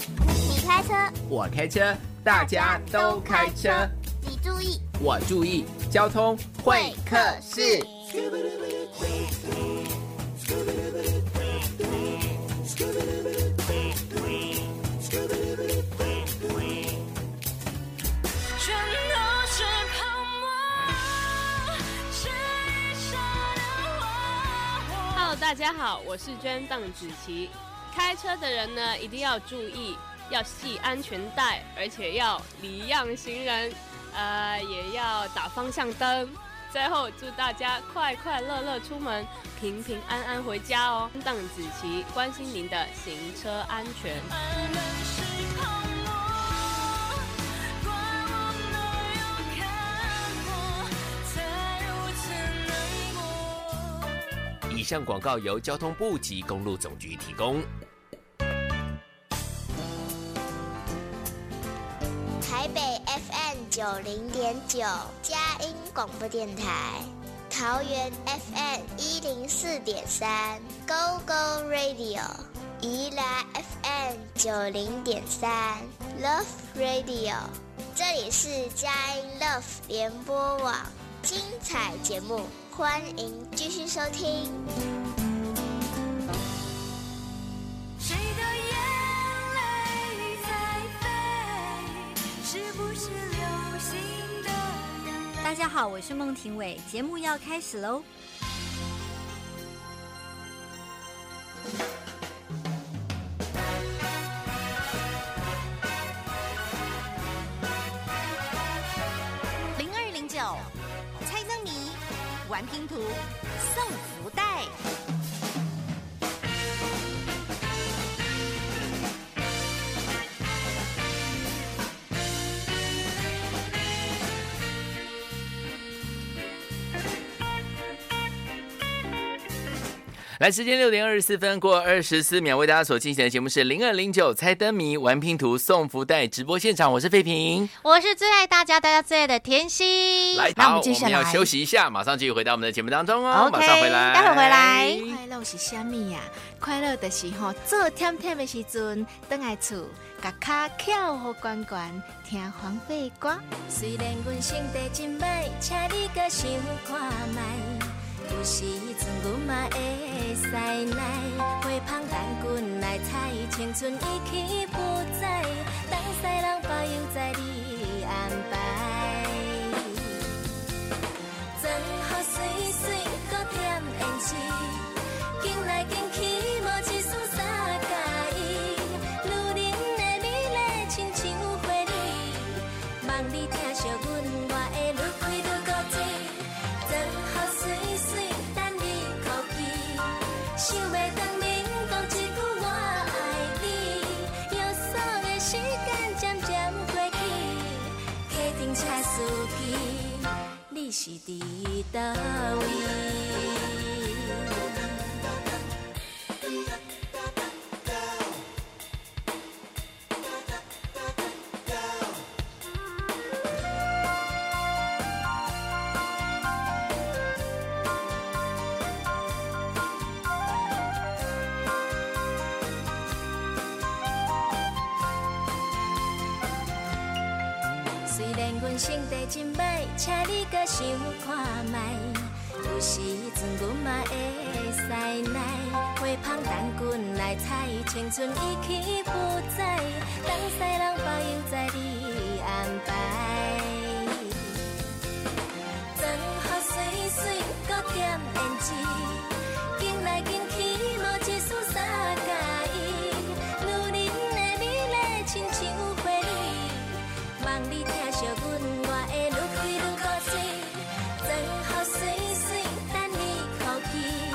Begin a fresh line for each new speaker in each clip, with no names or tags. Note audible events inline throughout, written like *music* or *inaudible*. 车，
我开车，大家都开车，
你注意
我注意交通会客室。
全都是泡沫，是傻的我。
Hello，大家好，我是娟邓紫棋。开车的人呢，一定要注意，要系安全带，而且要礼让行人，呃，也要打方向灯。最后，祝大家快快乐乐出门，平平安安回家哦。邓紫棋关心您的行车安全。
我们是泡沫，过往都有看过，才如此难过。
以上广告由交通部及公路总局提供。
台北 FM 九零点九佳音广播电台，桃园 FM 一零四点三 Go Go Radio，宜兰 FM 九零点三 Love Radio，这里是佳音 Love 联播网精彩节目，欢迎继续收听。
谁的眼泪在飞？是不是流星的眼泪？
大家好，我是孟庭苇，节目要开始喽。
零二零九，猜灯谜，玩拼图，送福袋。
来，时间六点二十四分过二十四秒，为大家所进行的节目是零二零九猜灯谜、玩拼图、送福袋直播现场，我是费平。
我是最爱大家，大家最爱的甜心。
来，
那我
好
们接下
我
来
们要休息一下，马上继续回到我们的节目当中哦
OK，
马上回来，
待会回来
快乐是虾米呀？快乐的是吼，做甜甜的时阵，等来厝，甲脚翘好悬悬，听黄飞歌。
虽然阮身体真歹，请你搁想看卖。有时阵阮嘛会使来，花香等阮来采，青春一去不再，东西人保佑在你安排。装好水水，搁添胭脂，紧来紧去，无一丝三介意。女人的美丽，亲像花蕊。望你疼惜阮，我会愈开愈固执，装好水水等你哭泣，想要当面讲一句我爱你，啰嗦的时间渐渐过去，客停车司机，你是伫倒位？虽然阮身体真歹，请你搁想看卖。有时阵阮嘛会使来，花香等阮来采，青春一去不再，东西人保佑在你安排。装好水水，搁添胭脂，紧来紧去，无一丝三介意。女人的美丽，亲像花蕊，望你疼惜阮，我会愈开愈古锥。装好水水，等你哭泣，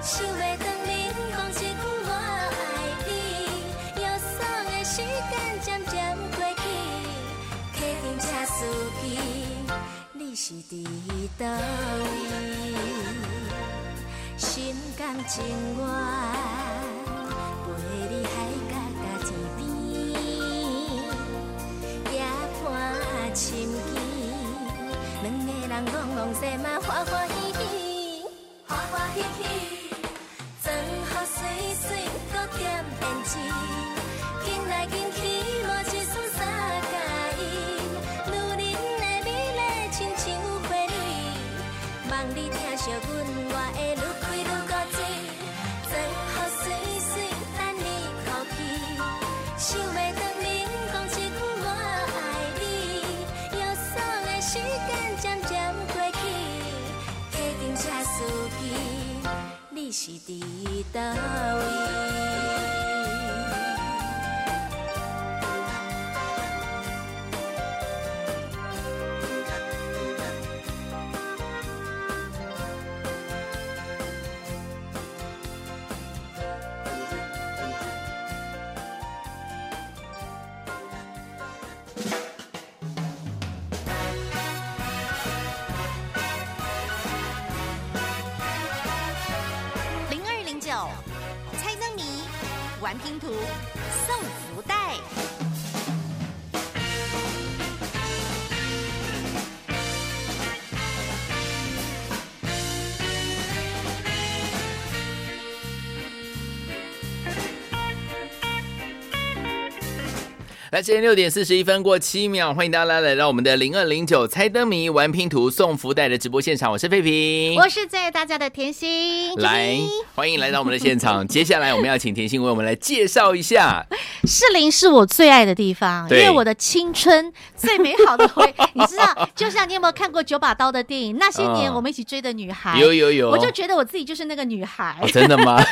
想要当面讲一句我爱你，啰嗦的时间渐渐过去。客停车司机，你是伫倒位？心甘情愿陪你海角甲天边，也看深更，两个人戆戆西嘛欢欢喜喜，欢欢喜喜。装好水水，搁点胭脂，紧来紧去，无一伫叨位？
零二零九，猜灯谜，玩拼图，送福袋。
来，时间六点四十一分过七秒，欢迎大家来到我们的零二零九猜灯谜玩拼图送福袋的直播现场，我是佩平，
我是最爱大家的甜心。
来，欢迎来到我们的现场。接下来我们要请甜心为我们来介绍一下，
士林是我最爱的地方，因
对
为我的青春最美好的回，
*laughs*
你知道，就像你有没有看过《九把刀》的电影？那些年
嗯
我们一起追的女孩，
有有有，
我就觉得我自己就是那个女孩
哦，，真的吗？
*laughs*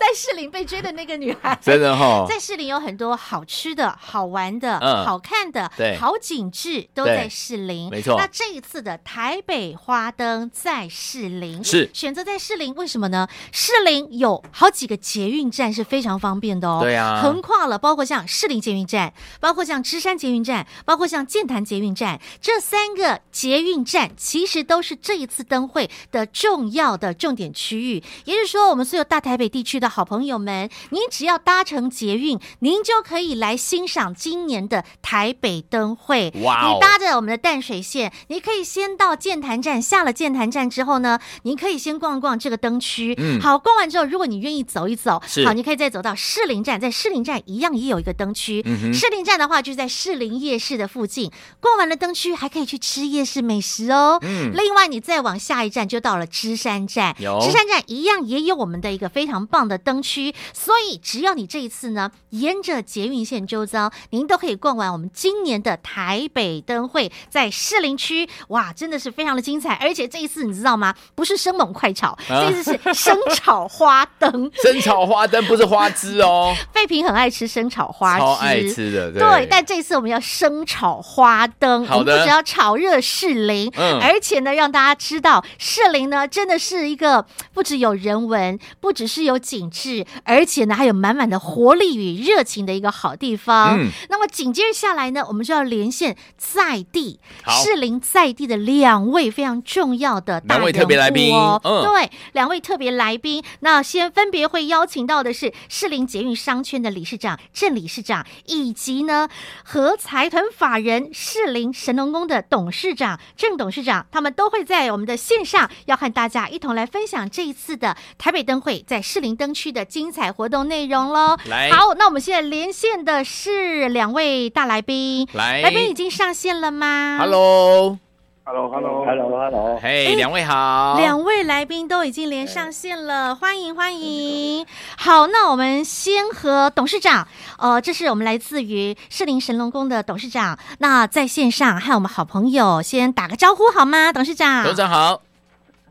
在士林被追的那个女孩。
真的哈，
在士林有很多好吃的、好玩的、
哦嗯
好看的
对、
好景致都
对
在士林，
没错
那这一次的台北花灯在士林，
是
选择在士林，为什么呢？士林有好几个捷运站是非常方便的哦，
对啊
横跨了包括像士林捷运站，包括像芝山捷运站，包括像剑潭捷运站，这三个捷运站其实都是这一次灯会的重要的重点区域。也就是说，我们所有大台北地区的好朋友们，您只要搭乘捷运，您就可以来欣赏今年的台北灯会。
哇哦
你搭着我们的淡水线，你可以先到剑潭站，下了剑潭站之后呢，您可以先逛逛这个灯区。
嗯
好，逛完之后，如果你愿意走一走，
是
好，你可以再走到士林站，在士林站一样也有一个灯区。
嗯哼
士林站的话，就在士林夜市的附近。逛完了灯区，还可以去吃夜市美食哦。
嗯
另外，你再往下一站就到了芝山站，
有
芝山站一样也有我们的一个非常棒的灯区，所以只要你这一次呢，沿着捷运线周遭，您都可以逛完我们今年的台北灯会，在士林区，哇，真的是非常的精彩，而且这一次你知道吗？不是生猛快炒，
啊。
这一次是生炒花灯
生炒花灯不是花枝哦，
费平很爱吃生炒花枝，
超爱吃的，
对，但这次我们要生炒花灯，
好
我
的
们不只要炒热士林，
嗯
而且呢，让大家知道士林呢真的是一个不只有人文，不只是有景致，而且呢还有满满的活力与热情的一个好地方。
嗯
那么紧接着下来呢，我们就要连线在地
好
士林在地的两位非常重要的大
两位
人物哦，
特别来宾嗯
对，两位特别来宾，那先分别会邀请到的是士林捷运商圈的理事长郑理事长，以及呢和财团法人士林神农宫的董事长郑董事长，他们都会在我们的线上要和大家一同来分享这一次的台北灯会在士林灯区的精彩活动内容喽。
来
好，那我们现在连线的是两位大来宾，
来
来宾已啊经上线了吗
哎 Hello，
哎
Hello，Hello，Hello，
嘿，两位好，
两位来宾都已经连上线了，欢迎欢迎。好，那我们先和董事长，呃，这是我们来自于士林神龙宫的董事长，那在线上和我们好朋友先打个招呼好吗？董事长，
董事长好，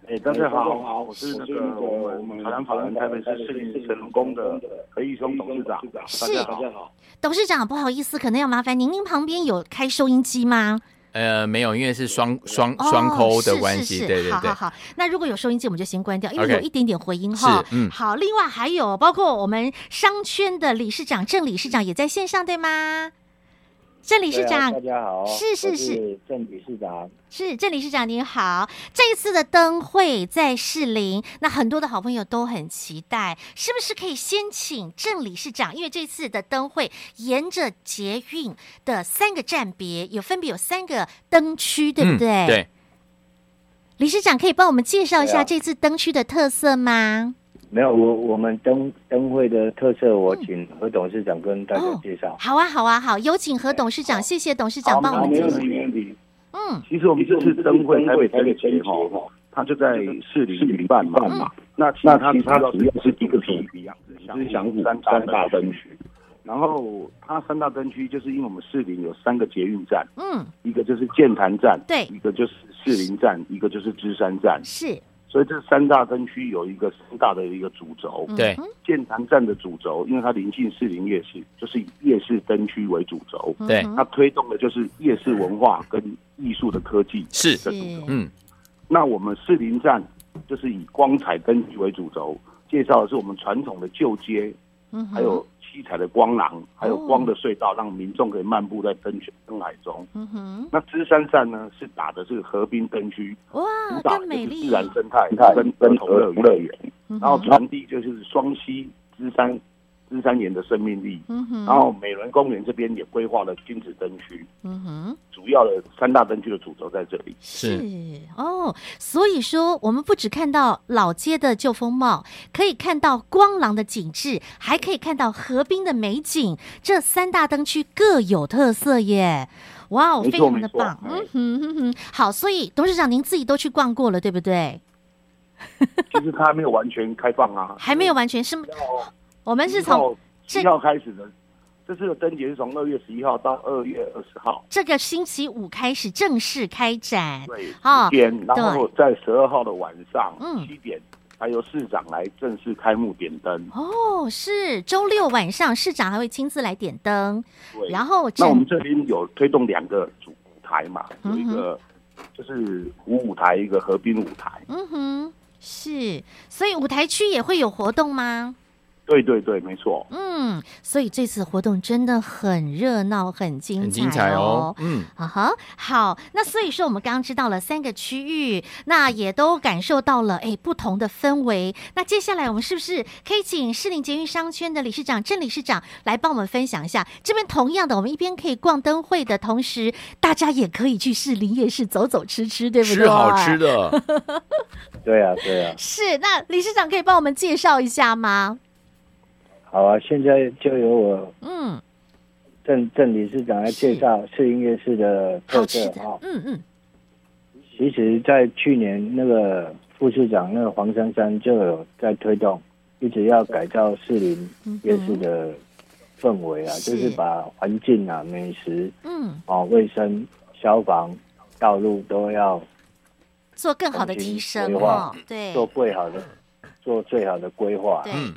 哎，大
大
家
家好，
好，
好，我是那个我们我们南法人台北市市林神龙宫的何义松董事长，
是
大家好。
董事长，不好意思，可能要麻烦您，您旁边有开收音机吗？
呃，没有，因为是双双
哦
双抠的
是
关
是
系，
是
对对
好
对
好，好，那如果有收音机，我们就先关掉，因为
OK
有一点点回音哈
是。嗯
好，另外还有包括我们商圈的理事长郑理事长也在线上，对吗？郑理事长，
啊
大家好，
是是
我
是
是郑理事长，
是郑理事长您好，这一次的灯会在士林，那很多的好朋友都很期待，是不是可以先请郑理事长？因为这次的灯会沿着捷运的三个站别，有分别有三个灯区，对不
嗯
对？。
对，
理事长可以帮我们介绍一
对
下
啊
这次灯区的特色吗？
没有我我们灯灯会的特色，我
嗯
请何董事长跟大家介绍。
好啊，好啊，好，有请何董事长，谢谢董事长
好，
帮我们
没
介
问
绍
题，。没问题。
嗯，
其实我们这次灯会台北灯节哈，它就在市里举办嘛。那那它它主要是一个主题啊，就是想三三大灯区。然后它三大灯区，就是因为我们士林有三个捷运站，
嗯，
一个就是剑潭站，
对
一个就是士林站，一个就是芝山站。
是，
所以这三大分区有一个三大的一个主轴。
嗯
对，
建潭站的主轴，因为它临近士林夜市，就是以夜市分区为主轴。
嗯
对
它推动的就是夜市文化跟艺术的科技
是
的主轴。
嗯，
那我们士林站就是以光彩分区为主轴，介绍的是我们传统的旧街，
嗯哦哼
还有七彩的光廊，还有光的隧道，让民众可以漫步在灯泉灯海中。
嗯哼，
那芝山站呢，是打的是河滨灯区，
哇，
主打
啊更
的
美
是
丽，
自然生态
态
跟
跟
儿童乐
儿童乐
园，
嗯哼
然后传递就是双溪芝山芝山岩的生命力。
嗯哼，
然后美伦公园这边也规划了亲子灯区，
嗯哼。
主要的三大灯区的主轴在这里。
是哦，所以说我们不只看到老街的旧风貌，可以看到光廊的景致，还可以看到河滨的美景。这三大灯区各有特色耶，哇哦，
没
非
错
常的棒。
没错
嗯哼哼哼，好，所以董事长您自己都去逛过了，对不对？
其实它还没有完全开放啊，
*laughs* 还没有完全是，我们是
1号
从这
1号开始的，这次的灯节是从二月十一号到二月二十号，
这个星期五开始正式开展。
对，
哦
一天，然后
对
在十二号的晚上
嗯
七点，还由市长来正式开幕点灯。
哦，是周六晚上市长还会亲自来点灯，
对，
然后
那我
整
们这边有推动两个主舞台嘛，有一个就是湖舞台，一个河滨舞台。
嗯哼，是，所以舞台区也会有活动吗？
对对对，没错。
嗯，所以这次活动真的很热闹，很精彩、哦，
很精彩哦。嗯，
啊哈，好，那所以说我们刚刚知道了三个区域，那也都感受到了哎不同的氛围。那接下来我们是不是可以请士林捷运商圈的理事长郑理事长来帮我们分享一下？这边同样的，我们一边可以逛灯会的同时，大家也可以去士林夜市走走吃吃，对不对？
吃好吃
*laughs*
的，
对啊，对啊，
是，那理事长可以帮我们介绍一下吗？
好啊，现在就由我
嗯，
郑郑理事长来介绍市营夜市的
好
特色
吃的
啊、哦。，
嗯嗯，
其实，在去年那个副市长那个黄珊珊就有在推动，一直要改造士林夜市的氛围啊，
嗯是
就是把环境啊、美食
嗯，
哦、卫生、消防、道路都要
做更好的
重新
提升
规划
哦，
嗯
对，
做最好的、做最好的规划。啊
对，
嗯，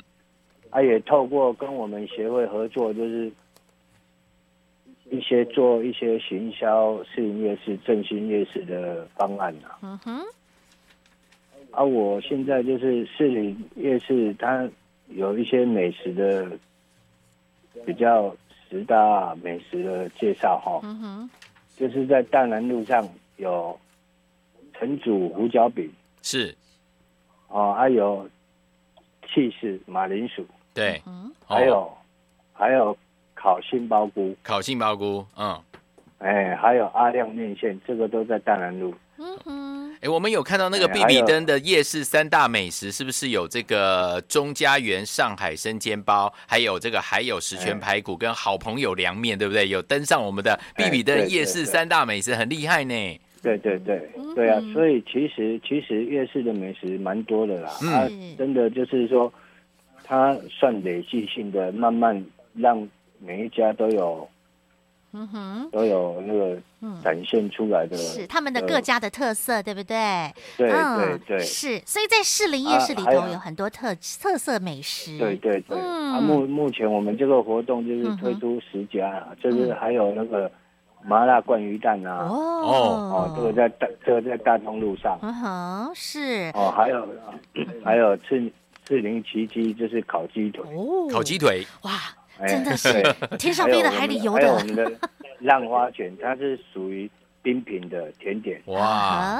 他啊也透过跟我们协会合作，就是一些做一些行销市营夜市、振兴夜市的方案啊。
嗯哼，
啊，我现在就是市里夜市，它有一些美食的比较十大美食的介绍哈、
嗯哼，
就是在大南路上有陈煮胡椒饼
是
哦，还有气势马铃薯，
对，
嗯
哦
还有还有烤杏鲍菇，
烤杏鲍菇，嗯，
哎，还有阿亮面线，这个都在大南路。
嗯哼，
哎，我们有看到那个
哎
比
还
比
有
登的夜市三大美食，是不是有这个钟家园上海生煎包，还有这个还有十全
哎
排骨跟好朋友凉面，对不对？有登上我们的比
哎
比登
对
夜
对
市
对
三大美食，很厉害呢。
对对对，
嗯
对啊，
嗯
所以其实其实夜市的美食蛮多的啦，
嗯
啊，真的就是说，它算累积性的，慢慢让每一家都有
嗯哼，
都有那个
嗯
展现出来的，
是他们的
呃
各家的特色，对不对？
对对
嗯，
对
是，所以在士林夜市里
啊还有
头有很多特特色美食，
对对对，
嗯
啊，目目前我们这个活动就是推出十家啊，
嗯
就是还有那个麻辣灌鱼蛋啊，
哦
哦，这个在大这个在大通路上，
嗯哼，是
哦，还
*laughs*
有还有赤赤林奇鸡，就是烤鸡腿，
哦，
烤鸡腿，
哇，
哎
真的是
对
天上飞的
还有
海
我们
里游
还有
的
我们的
*laughs*
浪花卷，它是属于冰品的甜点，
哇，
啊，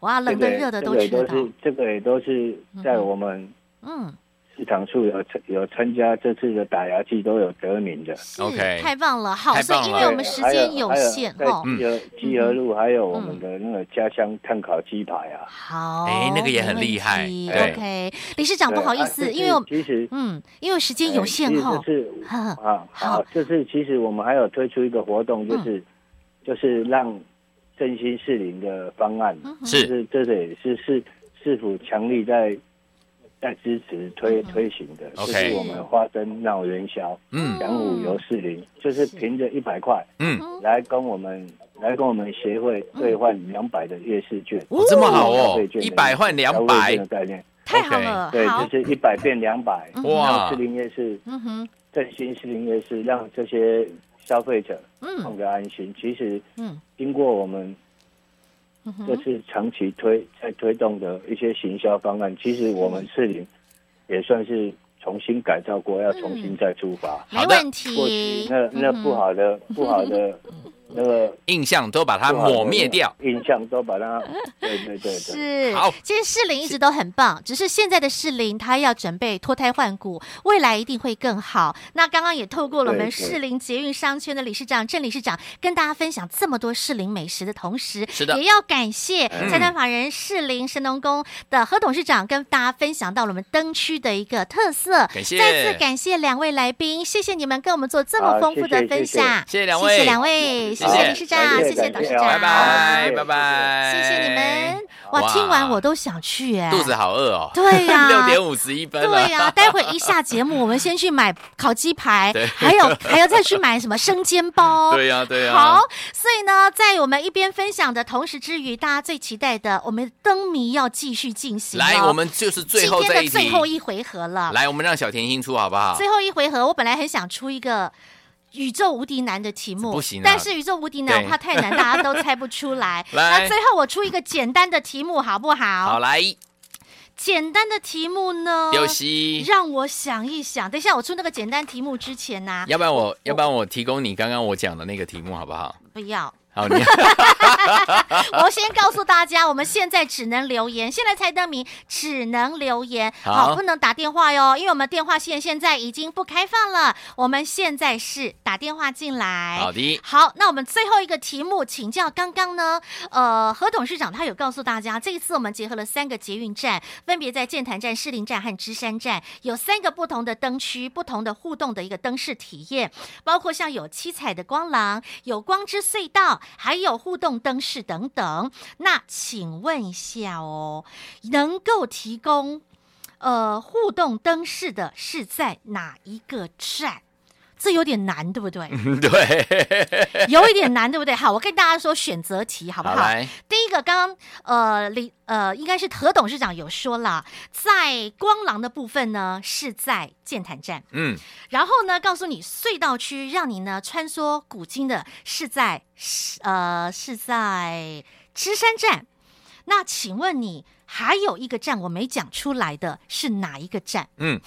哇，冷的
这个
热的
这
都
个也
吃得
都
到，
是这个也都是在我们
嗯，
市场处有参有参加这次的打牙祭都有得名的。
是
OK
太棒了，好，
太
所以
棒
因
了
为
对
我们时间有限哦嗯
还，有在基和基和路还有我们的那个家乡炭烤鸡排啊。
好，
哎那个也很厉害
没问题
对
，OK，理事长
对
不好意
啊哎
思，
这次
因为我
其实
嗯，因为时间有限哦嗯哈，。*laughs*
哈其实这次
呵呵
啊，
好嗯
好，这次其实我们还有推出一个活动，就是、就是让振兴适龄的方案，
嗯
就是是这个也是市市府强力在在支持推、
嗯
推行的，就
OK
是我们花生闹元宵，
嗯
嗯
两五游适龄，就是凭着一百块
嗯
来跟我们来跟我们协会
嗯
兑换两百的月市券，
哦这么好哦
消费券的
100换200
消费券的概念，
太好了，
对，
好，
就是一百变两百，
嗯
哇
哇！士林夜市
嗯哼，
振兴士林夜市，让这些消费者
嗯
放个安心。其实
嗯
经过我们
嗯
这
哼，
次长期推在推动的一些行销方案，其实我们士林也算是重新改造过，要重新再出发。
没问题。
过去那那
嗯嗯哼
不
*laughs*
好的不好的那个
印象都把它
不好的
抹灭掉。
印象都把它，对对对对，
是，
好
其实适龄一直都很棒，只是现在的适龄他要准备脱胎换骨，未来一定会更好。那刚刚也透过了我们
对对
适龄捷运商圈的理事长郑理事长跟大家分享这么多适龄美食的同时，
是的
也要感谢
嗯
财团法人适龄神农宫的何董事长跟大家分享到了我们灯区的一个特色。
感谢
再次感谢两位来宾，谢谢你们跟我们做这么
好
丰富的
谢谢
分
谢谢
享，
谢谢两位
谢谢两位，谢
好
谢理事长，
感
谢
谢
谢
感
董
谢
事长，
好
拜拜
啊谢谢
拜拜，
谢谢你们。哇，
哎哇
听完我都想去哎、
肚子好饿哦。
对呀、
*laughs* 六点五十一分了。
对呀、待会一下节目，我们先去买烤鸡排
*laughs* 对，
还有还要再去买什么生煎包。
*laughs* 对呀对呀
哦好，所以呢，在我们一边分享的同时之余，大家最期待的，我们灯谜要继续进行了。
来，我们就是最后
今
这
天
一
的
题
最。后一回合了。
来，我们让小甜心出好不好？
最后一回合，我本来很想出一个宇宙无敌难的题目，
不行啊
但是宇宙无敌难，
对。
我怕太难，大家都猜不出来
来
那最后我出一个简单的题目，好不好？
好，来，
简单的题目呢？
有希。
让我想一想。等一下，我出那个简单题目之前啊呐、
要不然我，要不然我提供你刚刚我讲的那个题目好不
*laughs*
好？
不要。
好，你
我先告诉大家，我们现在只能留言，现在猜灯谜只能留言，
好
不能打电话哟，因为我们电话线现在已经不开放了。我们现在是打电话进来。
好的，
好，那我们最后一个题目，请教刚刚呢，呃，何董事长他有告诉大家，这一次我们结合了三个捷运站，分别在建潭站、士林站和芝山站，有三个不同的灯区，不同的互动的一个灯饰体验，包括像有七彩的光廊、有光之隧道，还有互动灯饰等等。那请问一下哦，能够提供呃互动灯饰的是在哪一个站？这有点难，对不对？
*laughs* 对，
有一点难，对不对？好，我跟大家说选择题，好不好？
好来，
第一个，刚刚呃李呃，应该是何董事长有说了，在光廊的部分呢是在建潭站，
嗯，
然后呢告诉你隧道区，让你呢穿梭古今的是在是呃是在芝山站。那请问你还有一个站我没讲出来的是哪一个站？
嗯，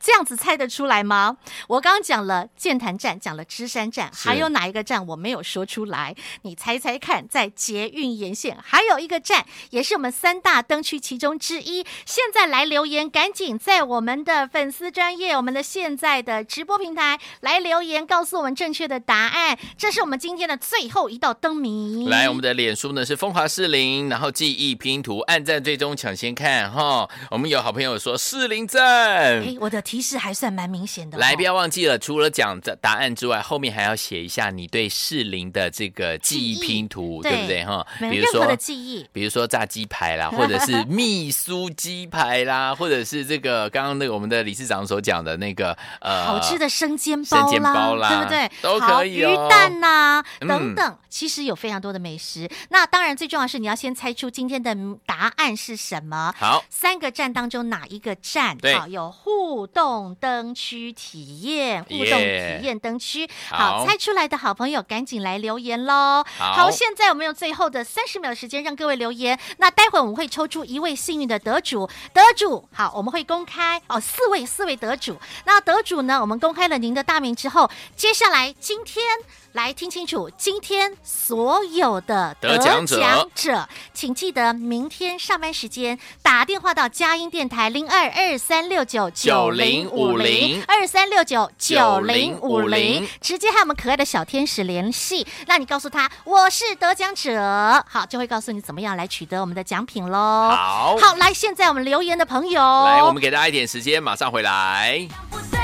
这样子猜得出来吗？我刚刚讲了建潭站，讲了芝山站，
是
还有哪一个站我没有说出来？你猜猜看，在捷运沿线还有一个站，也是我们三大灯区其中之一。现在来留言，赶紧在我们的粉丝专业、我们的现在的直播平台来留言，告诉我们正确的答案。这是我们今天的最后一道灯谜。
来，我们的脸书呢是风华士林，然后记忆拼图，按赞最终抢先看哈。我们有好朋友说士林
哎
站，，
我的提示还算蛮明显的、哦
来，不。要忘记了，除了讲这答案之外，后面还要写一下你对士林的这个记忆
记忆
拼图，
对
对不对哈？
没
比
有
如
任何
说
的。记忆，
比如说炸鸡排
*laughs*
啦，或者是蜜酥鸡排啦，或者是这个刚刚那个我们的理事长所讲的那个呃
好吃的生煎包啦，
生煎包啦
对不对？
都可以哦
好鱼蛋呐、
嗯
等等，其实有非常多的美食。那当然，最重要的是你要先猜出今天的答案是什么。
好，
三个站当中哪一个站
对
好有互动灯区体验？互动
耶
体验灯区
好
猜出来的好朋友赶紧来留言喽！
好
现在我们用最后的三十秒的时间让各位留言。那待会我们会抽出一位幸运的得主，得主好，我们会公开哦，四位四位得主。那得主呢，我们公开了您的大名之后，接下来今天来听清楚，今天所有的
得奖者
者，请记得明天上班时间打电话到佳音电台零二二三六九九零五零
9050
二三六九九零五零
9050，
直接和我们可爱的小天使联系，让你告诉他我是得奖者，好，就会告诉你怎么样来取得我们的奖品喽。
好，
哦好，哦来，现在我们留言的朋友，
来，我们给大家一点时间，马上回来。
不对，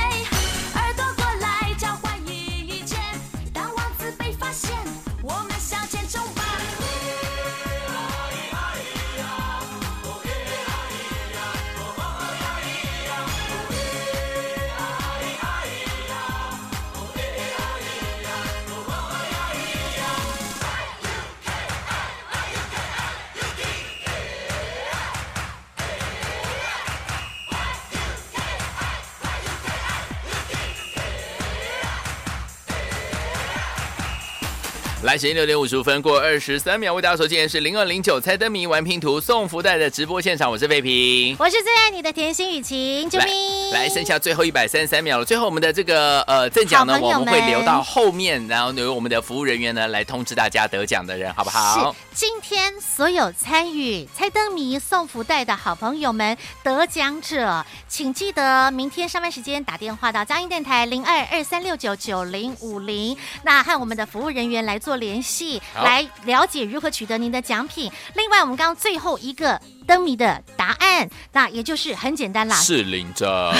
耳朵过来交换意见。当王子被发现，我们向前冲吧。
来，时间六点五十五分过二十三秒，为大家所见的是零二零九猜灯谜玩拼图送福袋的直播现场，我是费平。
我是最爱你的甜心雨晴，救
来
命！
来，剩下最后一百三十三秒了。最后我们的这个呃赠奖呢
好，朋
我
友
们会
们
留到后面，然后由我们的服务人员呢来通知大家得奖的人，好不好？
是今天所有参与猜灯谜送福袋的好朋友们，得奖者，请记得明天上班时间打电话到嘉音电台零二二三六九九零五零，那和我们的服务人员来做联系，
好
来了解如何取得您的奖品。另外，我们刚刚最后一个灯谜的答案，那也就是很简单啦。
是领
*laughs*
着，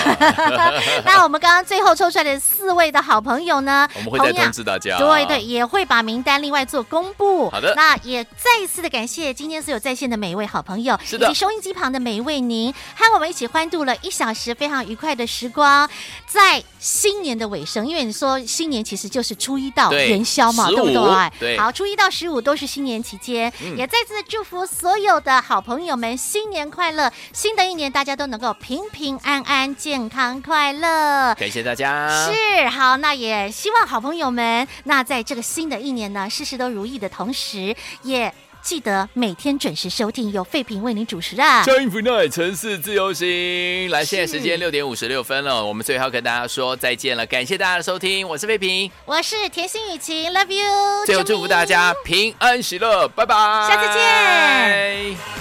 那我们刚刚最后抽出来的四位的好朋友呢，
我们会再
同样
通知大家。
对对，，也会把名单另外做公布。
好的
那也再一次的感谢今天所有在线的每一位好朋友，
是
以
的
及收音机旁的每一位您，和我们一起欢度了一小时非常愉快的时光。在新年的尾声，因为你说新年其实就是初一到
对
元宵嘛，
15
对不
对
好，初一到十五都是新年期间，
嗯
也再次祝福所有的好朋友们新年快乐，新的一年大家都能够平平安安、健康快乐。
感谢大家。
是啊好，那也希望好朋友们，那在这个新的一年呢，事事都如意的同时，也记得每天准时收听由废品为您主持啊。
张云福奈城市自由行，来，现在时间
是
六点五十六分了，我们最后要跟大家说再见了，感谢大家的收听，我是费平，
我是甜心雨晴，Love you，
最后
啾咪
祝福大家平安喜乐，拜拜，
下次见。